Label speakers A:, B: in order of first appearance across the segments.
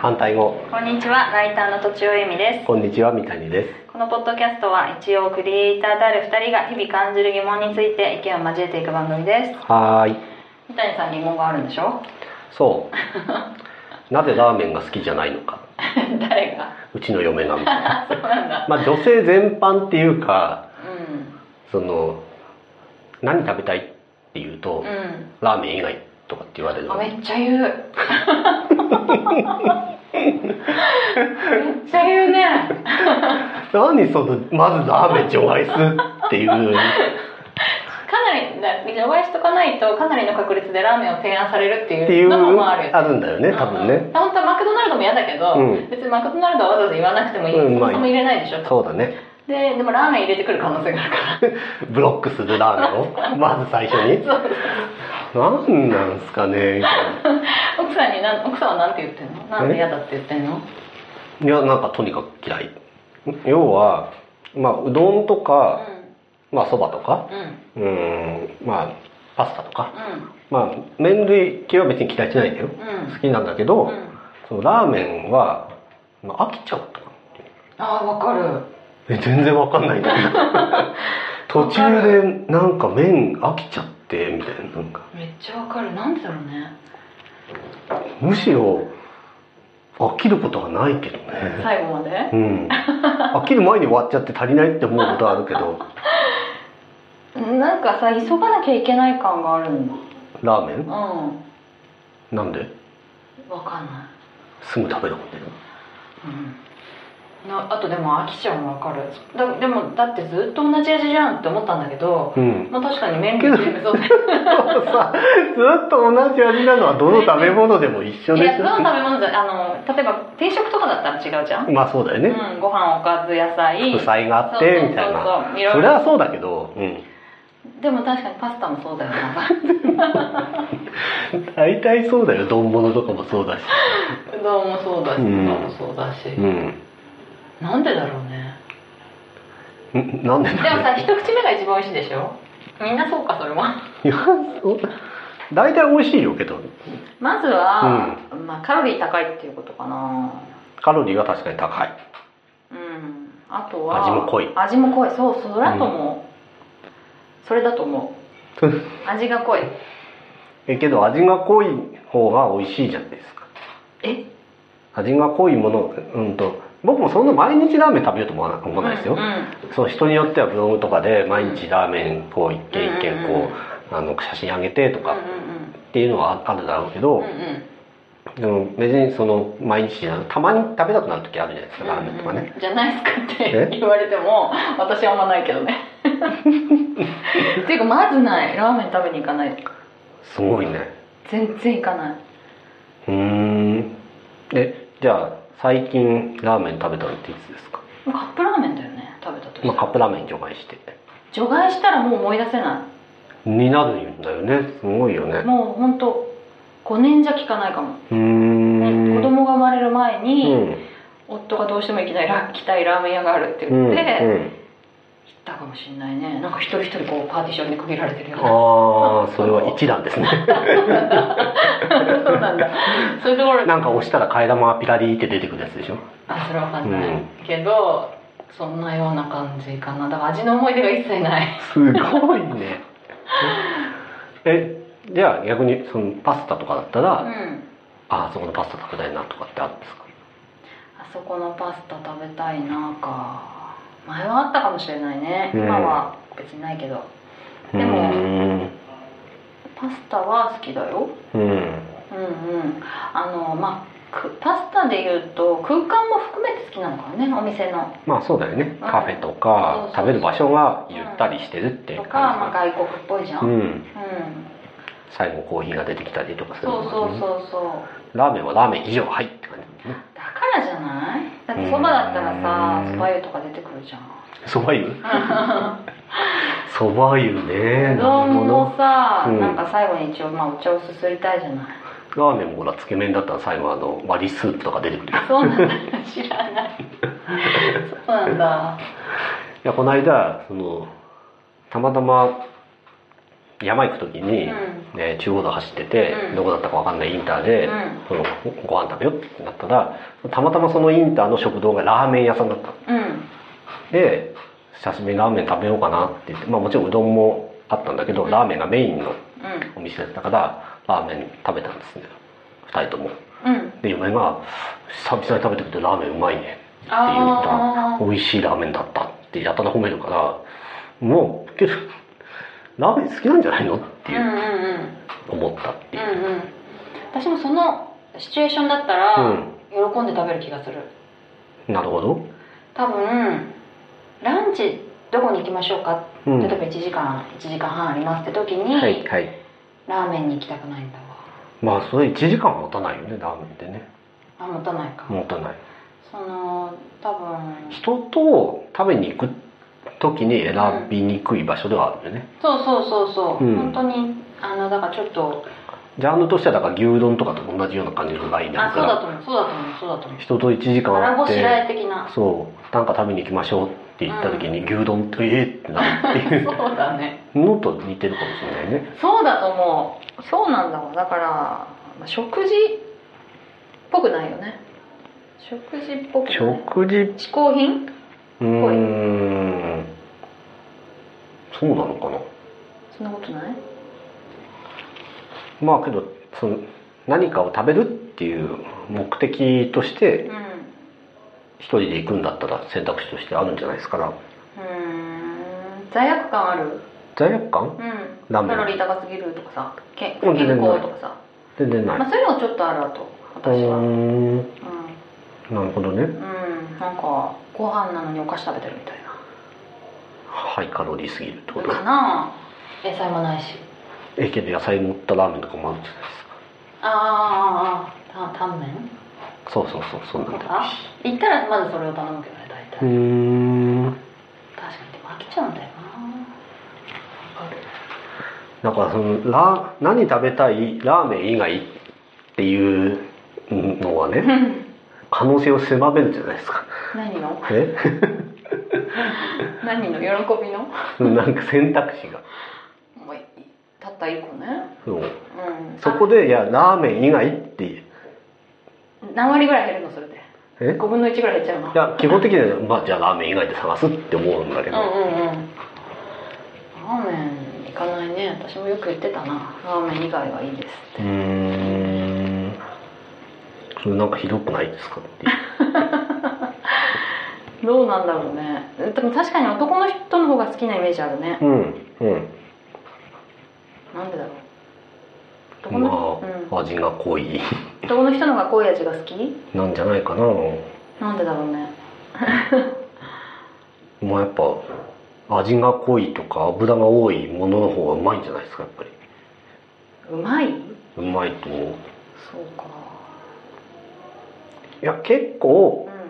A: 反対語
B: こんにちはライターのとちおゆみです
A: こんにちは三谷です
B: このポッドキャストは一応クリエイターである2人が日々感じる疑問について意見を交えていく番組です
A: はーい
B: 三谷さん疑問があるんでしょ
A: そ うなぜラーメンが好きじゃないのか
B: 誰が
A: うちの嫁なんだ
B: そうなんだ
A: まあ女性全般っていうか
B: うん
A: その何食べたいっていうと、
B: う
A: ラーメン以外とかって言われる
B: んあ
A: の
B: めっちゃ言うめっちゃ言うね
A: 何そのまずラーメン除外すって いう
B: かなりな除外しとかないとかなりの確率でラーメンを提案されるって
A: って
B: い
A: いうう
B: のもあるよね
A: あるんだよね多分
B: うんう
A: ね
B: ん、本当はマクドナルドも嫌だけど、
A: うん
B: 別にマクドナルドはわざわざ言わなくてもいい、
A: うん
B: そ
A: ま
B: も
A: あ
B: そも入れないでしょ
A: そうだね
B: ででもラーメン入れてくる可能性があるから
A: ブロックするラーメンをまず最初 に何なんすかねみたいな
B: 奥さんになん奥さんはなんて言ってんのなんで嫌だって言ってんの
A: いやなんかとにかく嫌い要はまあうどんと
B: うん
A: かまあそばとか
B: うん
A: うーんまあパスタとか
B: うん
A: まあ麺類系は別に嫌いじゃないんだよ
B: うん
A: 好きなんだけど、
B: うん
A: そのラーメンは、まあ、飽きちゃうとか
B: ああわかる
A: え全然わかん ないんだけど途中でなんか麺飽きちゃってみたいななんか
B: めっちゃわかるなんでだろうね
A: むしろ飽きることはないけどね
B: 最後まで
A: うん飽きる前に終わっちゃって足りないって思うことはあるけど
B: なんかさ急がなきゃいけない感があるんだ
A: ラーメ
B: う
A: ン
B: んわ
A: なんで
B: かんない
A: すぐ食べるもんね
B: うんなあとでも飽きちゃうのわかるだでもだってずっと同じ味じゃんって思ったんだけど、
A: うん
B: まあ、確かに麺類全部そうだよ
A: さずっと同じ味なのはどの食べ物でも一緒
B: い
A: で
B: や
A: し
B: どの食
A: ょ
B: べ物じゃあの例えば定食とかだったら違うじゃん、
A: まあそうだよね、
B: うん、ご飯おかず野菜
A: 副菜があってみたい
B: そうそう
A: な
B: そ
A: そう
B: い
A: れ
B: ろいろ
A: はそうだけど、うん、
B: でも確かにパスタもそうだよな
A: 大体そうだよ丼物とかもそう だし、
B: うどんもそうだし
A: うん
B: パンもそうだし、
A: うん、
B: なんでだろうね
A: んなんで
B: でも
A: だろう
B: さ一口目が一番美味しいでしょみんなそうかそれは
A: いやそう大体美味しいよけど
B: まずは、まあ、カロリー高いっていうことかな
A: カロリーは確かに高い
B: うんあとは
A: 味も濃い
B: 味も濃いそうそれだと思う、それだと思 う味が濃い
A: えけど味が濃い方が美味しいじゃないですか
B: え
A: 味が濃いものうんと僕もそんな毎日ラーメン食べようと思わな思わないですよ、
B: うんうん
A: そう人によってはブログとかで毎日ラーメンこう一軒一軒
B: うんうん
A: こうあの写真あげてとかっていうのはああるだろうけ
B: う
A: ど
B: んうんうんうんうん
A: でも別にその毎日じゃなくたまに食べたくなる時あるじゃないですかラーメンとか
B: うん
A: ね
B: うんうんじゃないですかって
A: え
B: 言われても私はあんまないけど ねっていうかまずないラーメン食べに行かない
A: すごいね
B: 全然行かないう
A: ーんえじゃあ最近ラーメン食べたのっていつですか、
B: もうカップラーメンだよね食べた時、
A: まあ、カップラーメン除外して
B: 除外したらもう思い出せな
A: になるんだよねすごいよ
B: い
A: ね
B: もうほんと5年じゃ聞かないかも、
A: うーん
B: 子供が生まれる前
A: う
B: に、
A: ん
B: 夫がどうしても行きたいラ行きたいラーメン屋があるって
A: う
B: 言
A: ん
B: っ
A: う
B: て、行っ
A: ん
B: たかもしんないねなんか一人一人こうパーティションで区切られてるような
A: ああそれは一覧ですね
B: そうなんだ。そういうところ。
A: なんか押したら替え玉がピラリーって出てくるやつでしょ
B: あ、それはわかんない、
A: うん
B: けど。そんなような感じかな。だから味の思い出が一切ない。
A: すごいねえじゃあ逆にそのパスタとかだったら、
B: う
A: あ
B: ん。
A: あそこのパスタ食べたいなとかってあるんですか
B: あそこのパスタ食べたいなか。前はあったかもしれないね。
A: うん
B: 今は別にないけど。でも
A: うーん
B: パスタは好きだよ。
A: うん
B: うんうん。あの、まあ。くパスタで言うと空間も含めて好きなのかもねお店の
A: まあそうだよね
B: うん
A: カフェ
B: そ
A: と
B: うそう
A: か
B: そう
A: 食べる場所がゆったりしてるって
B: と
A: 感じ
B: か、まあ、外国っぽいじゃん、
A: う
B: うん
A: ん最後コーヒーが出てきたりとかす
B: そ
A: るの
B: う
A: が
B: そう
A: ね
B: そうそう
A: ラーメンはラーメン以上はいって感じだね
B: だからじゃないだってそばだったらさ
A: うん
B: そば湯とか出てくるじゃ ん
A: そば湯そば湯ね
B: うどんもさ、
A: うん
B: なんか最後に一応、まあ、お茶をすすりたいじゃない
A: ラーメンもほらつけ麺だったら最後あの割りスープとか出てくるよ
B: そうなんだ知らないそうなんだ
A: いやこの間そのたまたま山行く時に、
B: うん
A: えー中央道走ってて、
B: うん
A: どこだったかわかんないインターで、
B: うん
A: そのごご飯食べようってなったらたまたまそのインターの食堂がラーメン屋さんだったの
B: うん
A: で久しぶりにラーメン食べようかなって言って、まあ、もちろんうどんもあったんだけどラーメンがメインのお店だったからラーメン食べたんですね2人とも
B: うんうん
A: で嫁が「久々に食べてくてラーメンうまいね」って言った
B: あー
A: 美味しいラーメンだったってやたら褒めるからもうけどラーメン好きなんじゃないのって
B: う
A: い
B: んうん
A: う
B: うん
A: 思ったって
B: う
A: い
B: ん
A: う、
B: うん私もそのシチュエーションだったら、
A: うん
B: 喜んで食べる気がする
A: なるほど、
B: 多分ランチどこに行きましょうか、
A: うん、
B: 例えば
A: は
B: 1時間1時間半ありますって時に、
A: いはい
B: ラーメンに行きたくないんだわ
A: まあそれ1時間は持たないよねラーメンってね
B: あ持たないか、
A: 持たない
B: その多分
A: 人と食べに行く時に選びにくい場所ではあるよね、
B: そうそうそうそう、
A: うん
B: 本当にあのだからちょっと
A: ジャンルとしてはだから牛丼とかと同じような感じのライン
B: あ
A: だか
B: そうだ
A: ら
B: と思うそうだと思うそうだと思う
A: 人と1時間
B: 腹
A: あ
B: ご
A: っ
B: しらえ
A: て
B: 的な
A: そうなんか食べに行きましょうって言った時に牛丼ってえーってなるっていう
B: そうだね
A: のと似てるかもしれないね
B: そうだと思うそうなんだわだからまあ食事っぽくないよね食事っぽくない
A: 食事
B: 嗜好品
A: うーんそうなのかな
B: そんなことない
A: まあけどその何かを食べるっていう目的として
B: うん
A: 一人で行くんだったら選択肢としてあるんじゃないですかね
B: うーん罪悪感ある
A: 罪悪感
B: うん
A: ラーメン
B: カロリー高すぎるとかさけ
A: うん
B: 健
A: 全然ない
B: 康とかさ、
A: 全然ない
B: まあ、そういうのがちょっとあるわと
A: う
B: 私はうん
A: ーんなるほどね
B: うんなんかご飯なのにお菓子食べてるみたいな
A: ハイカロリーすぎるってこと
B: かな野菜もないし
A: えけど野菜乗ったラーメンとかもあるじゃないですか
B: あーあーあーあータンメン
A: そうそうそうそんなんでもいいし
B: 行ったらまずそれを頼むけどね大体、
A: うーん
B: 確かにでも飽きちゃうんだよなわかる
A: だからそのラー何食べたいラーメン以外っていうのはね可能性を狭めるじゃないですか
B: 何の
A: え
B: 何の喜びの
A: なんか選択肢が
B: もうたった一個ね
A: そう
B: うん
A: そこでいやラーメン以外って
B: あ何割ぐらい減るのそれで
A: え
B: 5分の1ぐらい減っちゃうの
A: いや基本的には、まあ、じゃあラーメン以外で探すって思うんだけ
B: うん
A: ど、
B: うんうんラーメン行かないね私もよく言ってたなラーメン以外はいいです
A: うーんそれなんかひどくないですかっていう
B: どうなんだろうねでも確かに男の人の方が好きなイメージあるね
A: うんうん
B: なんでだろう男の
A: ま
B: 人、うん
A: あ味が濃い
B: 男の人の方が濃い味が好き
A: なんじゃないかな
B: なんでだろうね
A: まあやっぱ味が濃いとか油が多いものの方がうまいんじゃないですかやっぱり
B: うまいう
A: まいと思う
B: そうか
A: いや結構
B: うん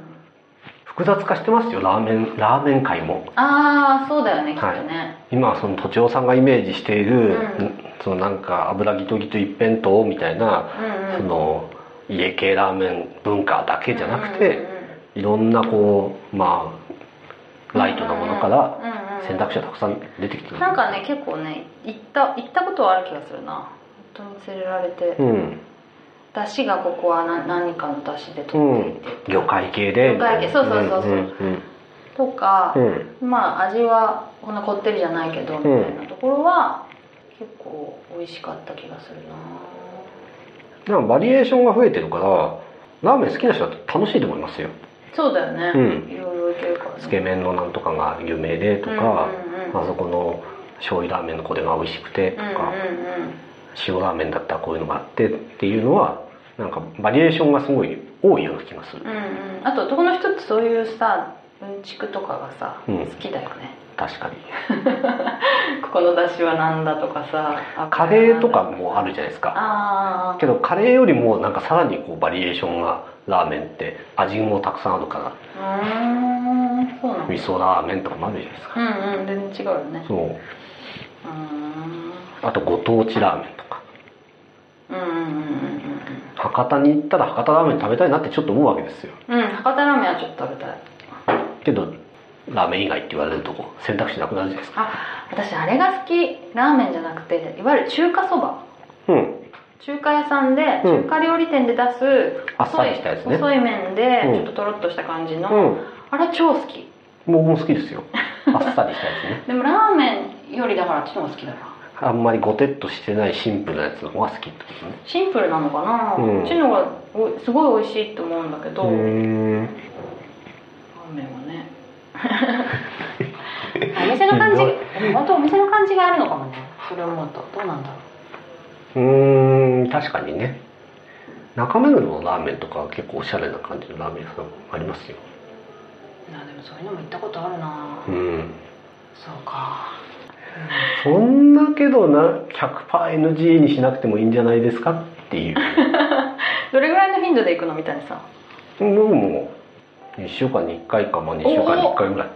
A: 複雑化してますよラーメンラーメン界も
B: ああそうだよねきっと
A: はい
B: ね、
A: 今そのとちおさんがイメージしている、
B: うん
A: んそのなんか油ギトギト一辺倒みたいな、
B: うんうん
A: その家系ラーメン文化だけじゃなくて、
B: うんうんうん
A: いろんなこうまあライトなものから
B: うんうんうん
A: 選択肢がたくさん出てきてる
B: なんかね結構ね行った行ったことはある気がするな本当に連れられて、
A: うん
B: 出汁がここは何何かの出汁で取っていて、
A: 魚介系で
B: 魚介系そうそうそうそうん
A: うん
B: とか
A: う、ん
B: まあ味はこんなこってりじゃないけどみたいなところは、結構美味しかった気がするな
A: なんかバリエーションが増えてるからラーメン好きな人は楽しいと思いますよ
B: そうだよね、
A: うん
B: いろいろいけるからね
A: つけ麺のなんとかが有名でとか、
B: うんうんうん
A: あそこの醤油ラーメンのこれが美味しくてとか、
B: うんうんうん
A: 塩ラーメンだったらこういうのがあってっていうのはなんかバリエーションがすごい多いような気がする、
B: うんうん、あと男の人ってそういうさうんちくとかがさ、
A: うん
B: 好きだよね
A: 確かに
B: ここの出汁はなんだとかさあ
A: カレーとかもあるじゃないですか
B: あ
A: けどカレーよりもなんかさらにこうバリエーションがラーメンって味もたくさんあるか
B: あうーんそうな
A: ら
B: の
A: 味噌ラーメンとかもあるじゃないですか
B: うんうん全然違うよね
A: そう
B: うーん
A: あとご当地ラーメンとか
B: うんうん
A: 博多に行ったら博多ラーメン食べたいなってちょっと思うわけですよ
B: うんうんうんうん博多ラーメンはちょっと食べたい
A: けどラーメン以外って言われるとこう選択肢なくなるじゃないですか
B: あ私あれが好きラーメンじゃなくていわゆる中華そば
A: うん
B: 中華屋さんで
A: うん
B: 中華料理店で出す
A: あっさ
B: 細
A: り
B: い
A: したやつね
B: 細い麺で
A: うん
B: ちょっととろっとした感じの、
A: うん
B: あれ超好き
A: 僕も好きですよあっさりしたやつね
B: でもラーメンよりだからあっちの方が好きだな
A: あんまりごてっとしてないシンプルなやつの方が好きってことね
B: シンプルなのかな、
A: うん
B: こっちの方がおすごい美味しいと思うんだけど、
A: う
B: ラ
A: ー
B: ー
A: ん
B: メンはね お店の感じでも本当お店の感じがあるのかもねそれ思うとどうなんだろう
A: うーん確かにね中目黒のラーメンとかは結構おしゃれな感じのラーメン屋さんもありますよ
B: なでもそういうのも行ったことあるな、
A: うん
B: そうか、
A: そんなけどな 100%NG にしなくてもいいんじゃないですかっていう
B: どれぐらいの頻度で行くのみたいなさ
A: 僕も1週間に1回かまあ2週間に1回ぐらい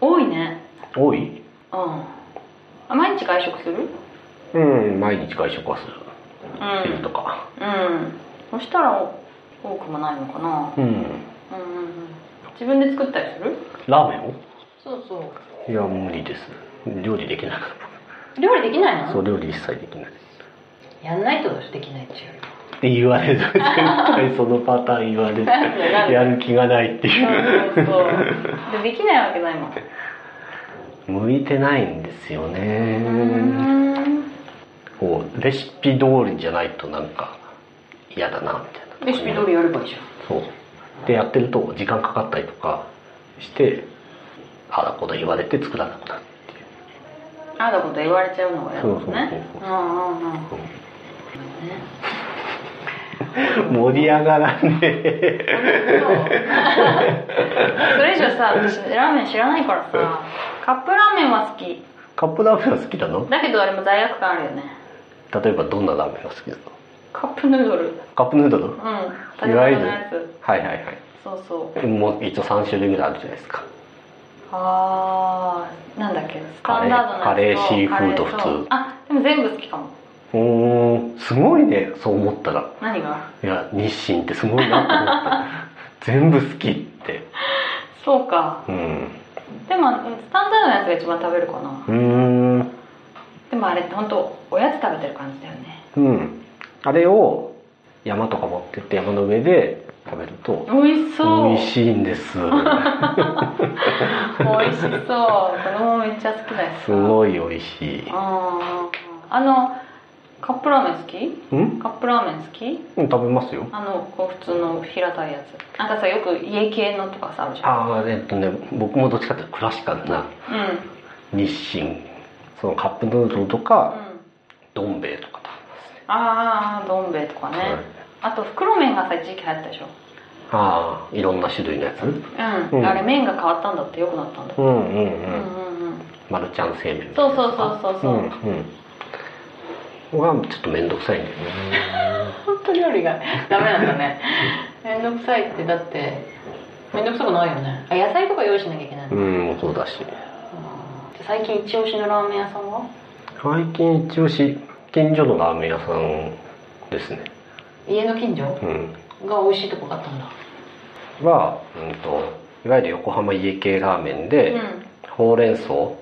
B: 多いね
A: 多い
B: うんあ毎日外食する
A: うん毎日外食はする
B: うん
A: 昼とか
B: うんそしたらお多くもないのかな
A: うん
B: うんうんうん自分で作ったりする
A: ラーメンを
B: そうそう
A: いや無理です料理できないか
B: 料理できない
A: ら
B: の
A: そう料理一切できない
B: やんないとできないっていう
A: って言われる絶対そのパターン言われる
B: なん でなんで
A: やる気がないっていう
B: そうそうでできないわけないもん
A: 向いてないんですよ
B: う
A: ね
B: ーん
A: こうレシピ通りじゃないとなんか嫌だなみたいな
B: レシピ通りやればいいじゃん
A: そうでやってると時間かかったりとかしてあだこだ言われて作らなくなる
B: あだこと言われちゃうのが嫌だもんね
A: そうそうそう
B: うんうん うんね
A: 盛り上がらねえ
B: そうそれ以上さ私ラーメン知らないからさカップラーメンは好き
A: カップラーメンは好きなの
B: だけどあれも罪悪感あるよね
A: 例えばどんなラーメンが好きなの
B: カップヌードルうん
A: カップヌードル
B: 食べ物のやつ
A: はいはいは
B: そうそう
A: いもう一応3種類ぐらいあるじゃないですか
B: あーなんだっけス
A: カ
B: タ
A: レー
B: ンダードなやつと
A: カレーシーフード
B: カレと
A: 普通
B: あでも全部好きかも
A: うーんすごいねそう思ったら
B: 何が
A: いや日清ってすごいなと思った 全部好きって
B: そうか
A: うん
B: でもうんスタンダードなやつが一番食べるかな
A: うーん
B: でもあれって本当おやつ食べてる感じだよね
A: うんあれを山とか持ってって山の上で食べると
B: 美味しそう
A: 美味しいんです
B: 美味しそう子供めっちゃ好きだしさ
A: すごい美味しい
B: あーあのカップラーメン好き
A: うん
B: カップラーメン好き
A: うん食べますよ
B: あのこう普通の平たいやつなんかさよく家系のとかさあるじゃん
A: ああえっとね僕もどっちかっていうとクラシカルな
B: う
A: 日清そのカップヌードルとか
B: ん、うん、
A: どん兵衛とか
B: ああどん兵衛とかね、
A: はい
B: あと袋麺がさ一時期流行ったでしょ
A: ああいろんな種類のやつ
B: うん、
A: うん
B: あれ麺が変わったんだってよくなったんだ、
A: うんう
B: う、
A: んうん
B: うんんうん
A: マルちゃん製麺
B: そうそうそうそうそう、
A: んうんはちょっと面倒くさいんだよね
B: 本当料理 がダメなんだね面倒くさいってだって面倒くさくないよねあ野菜とか用意しなきゃいけないの、
A: うんそうだし
B: うん最近一押しのラーメン屋さんは
A: 最近一押し近所のラーメン屋さんですね
B: 家の近所
A: うん
B: が美味しいとこがあったんだ
A: は、うん、といわゆる横浜家系ラーメン
B: う
A: で、
B: ん
A: ほうれん草
B: うん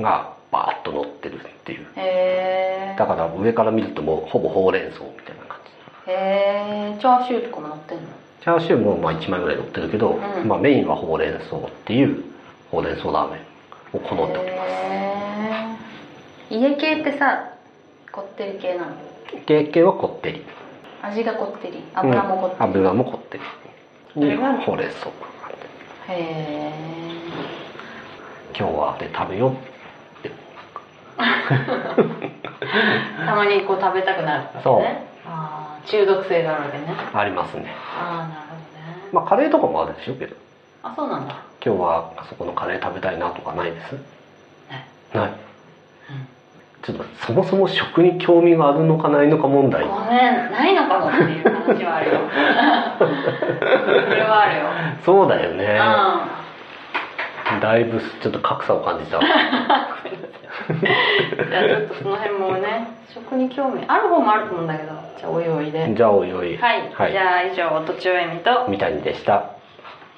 A: がバーッと乗ってるっていう
B: へえ
A: だから上から見るともうほぼほうれん草みたいな感じ
B: へえチャーシューとかも乗ってんの
A: チャーシューもまあ1枚ぐらい乗ってるけど、
B: うん
A: まあ、メインはほうれん草っていうほうれん草ラーメンを好んでおります
B: へえ家系ってさこってり系なの
A: 経験はこってり
B: 味がこってり油もこってり、
A: 油もこってり
B: それが
A: ほうれん草
B: へえ
A: 今日はあれ食べよ
B: たまにこう食べたくなるからね
A: そう
B: あー中毒性があるわけね
A: ありますね
B: ああなるほどね、
A: まあカレーとかもあるでしょうけど
B: あそうなんだ
A: 今日はあそこのカレー食べたいなとかないです
B: ない
A: ないちょっと待ってそもそも食に興味があるのかないのか問題
B: ごめんないのかもっていう話はあるよ それはあるよ、
A: そうだよねだいぶちょっと格差を感じ た
B: うんじゃあちょっとその辺もね食に興味ある方もあると思うんだけどじゃあおいおいで、
A: じゃあおいおい
B: はい、じゃあ以上とちおえみと
A: 三谷でした